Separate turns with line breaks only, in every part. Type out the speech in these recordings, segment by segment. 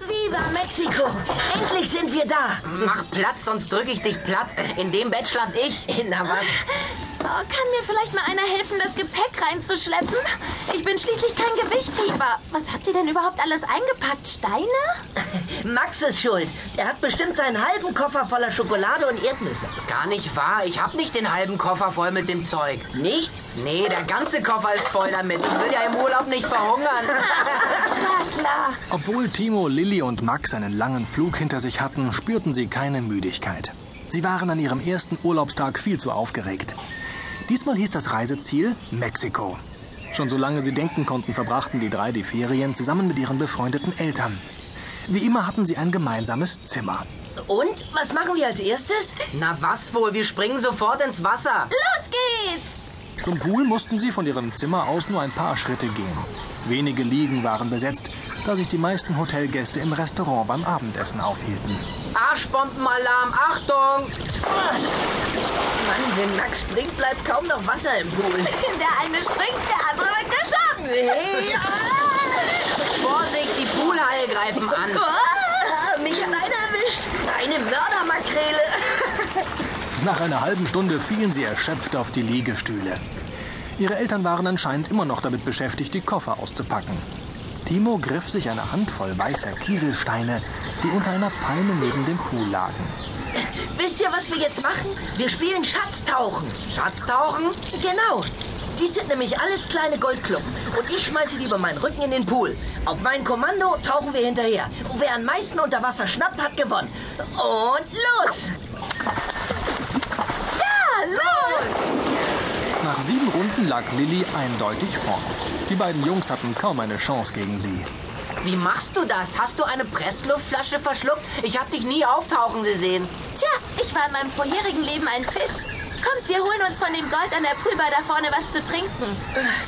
Über Mexiko. Endlich sind wir da.
Mach Platz, sonst drücke ich dich platt. In dem Bett schlaf ich.
Na was?
Oh, kann mir vielleicht mal einer helfen, das Gepäck reinzuschleppen? Ich bin schließlich kein Gewichtheber. Was habt ihr denn überhaupt alles eingepackt? Steine?
Max ist schuld. Er hat bestimmt seinen halben Koffer voller Schokolade und Erdnüsse.
Gar nicht wahr. Ich hab nicht den halben Koffer voll mit dem Zeug.
Nicht?
Nee, der ganze Koffer ist voll damit. Ich will ja im Urlaub nicht verhungern.
Na klar.
Obwohl Timo, Lilly und Max einen langen Flug hinter sich hatten, spürten sie keine Müdigkeit. Sie waren an ihrem ersten Urlaubstag viel zu aufgeregt. Diesmal hieß das Reiseziel Mexiko. Schon solange sie denken konnten, verbrachten die drei die Ferien zusammen mit ihren befreundeten Eltern. Wie immer hatten sie ein gemeinsames Zimmer.
Und? Was machen wir als erstes?
Na was wohl, wir springen sofort ins Wasser.
Los geht's!
Zum Pool mussten sie von ihrem Zimmer aus nur ein paar Schritte gehen. Wenige Liegen waren besetzt, da sich die meisten Hotelgäste im Restaurant beim Abendessen aufhielten.
Arschbombenalarm, Achtung!
Mann, wenn Max springt, bleibt kaum noch Wasser im Pool.
Der eine springt, der andere wird geschubst.
Hey,
Vorsicht, die Poolhaie greifen
Oh
an.
ah, mich hat einer erwischt. Eine Mördermakrele.
Nach einer halben Stunde fielen sie erschöpft auf die Liegestühle. Ihre Eltern waren anscheinend immer noch damit beschäftigt, die Koffer auszupacken. Timo griff sich eine Handvoll weißer Kieselsteine, die unter einer Palme neben dem Pool lagen.
Wisst ihr, was wir jetzt machen? Wir spielen Schatztauchen.
Schatztauchen?
Genau. Dies sind nämlich alles kleine Goldklumpen. Und ich schmeiße die über meinen Rücken in den Pool. Auf mein Kommando tauchen wir hinterher. Und wer am meisten unter Wasser schnappt, hat gewonnen. Und los!
Ja, Ah, los!
Nach sieben Runden lag Lilly eindeutig vorn. Die beiden Jungs hatten kaum eine Chance gegen sie.
Wie machst du das? Hast du eine Pressluftflasche verschluckt? Ich hab dich nie auftauchen sehen.
Tja, ich war in meinem vorherigen Leben ein Fisch. Kommt, wir holen uns von dem Gold an der Poolbar da vorne was zu trinken.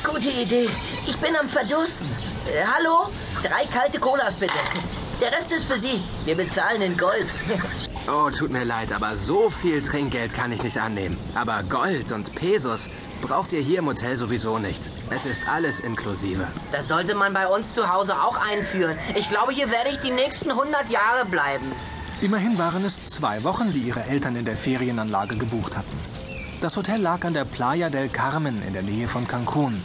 Gute Idee. Ich bin am Verdursten. Äh, hallo? Drei kalte Colas bitte. Der Rest ist für Sie. Wir bezahlen in Gold.
Oh, tut mir leid, aber so viel Trinkgeld kann ich nicht annehmen. Aber Gold und Pesos braucht ihr hier im Hotel sowieso nicht. Es ist alles inklusive.
Das sollte man bei uns zu Hause auch einführen. Ich glaube, hier werde ich die nächsten 100 Jahre bleiben.
Immerhin waren es zwei Wochen, die ihre Eltern in der Ferienanlage gebucht hatten. Das Hotel lag an der Playa del Carmen in der Nähe von Cancun.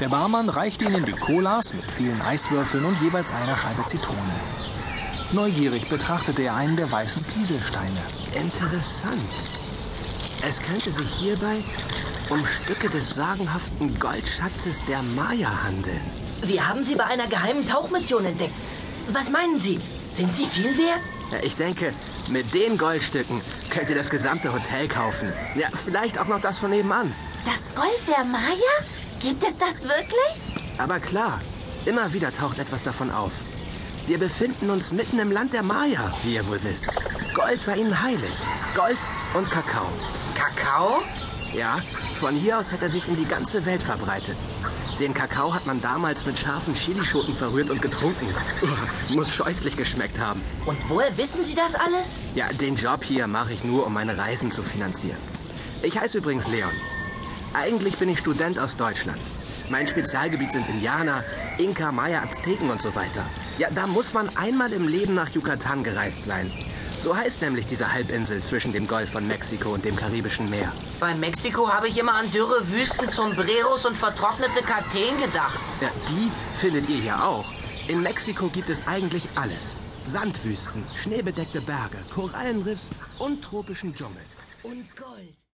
Der Barmann reichte ihnen die Colas mit vielen Eiswürfeln und jeweils einer Scheibe Zitrone. Neugierig betrachtete er einen der weißen Kieselsteine.
Interessant. Es könnte sich hierbei um Stücke des sagenhaften Goldschatzes der Maya handeln.
Wir haben Sie bei einer geheimen Tauchmission entdeckt. Was meinen Sie? Sind Sie viel wert?
Ja, Äh, Ich denke, mit den Goldstücken könnt ihr das gesamte Hotel kaufen. Ja, vielleicht auch noch das von nebenan.
Das Gold der Maya? Gibt es das wirklich?
Aber klar, immer wieder taucht etwas davon auf. Wir befinden uns mitten im Land der Maya, wie ihr wohl wisst. Gold war ihnen heilig. Gold und Kakao.
Kakao?
Ja, von hier aus hat er sich in die ganze Welt verbreitet. Den Kakao hat man damals mit scharfen Chilischoten verrührt und getrunken. Uah, muss scheußlich geschmeckt haben.
Und woher wissen Sie das alles?
Ja, den Job hier mache ich nur, um meine Reisen zu finanzieren. Ich heiße übrigens Leon. Eigentlich bin ich Student aus Deutschland. Mein Spezialgebiet sind Indianer, Inka, Maya, Azteken und so weiter. Ja, da muss man einmal im Leben nach Yucatan gereist sein. So heißt nämlich diese Halbinsel zwischen dem Golf von Mexiko und dem Karibischen Meer.
Bei Mexiko habe ich immer an dürre Wüsten, Sombreros und vertrocknete Kakteen gedacht.
Ja, die findet ihr hier auch. In Mexiko gibt es eigentlich alles. Sandwüsten, schneebedeckte Berge, Korallenriffs und tropischen Dschungel.
Und Gold.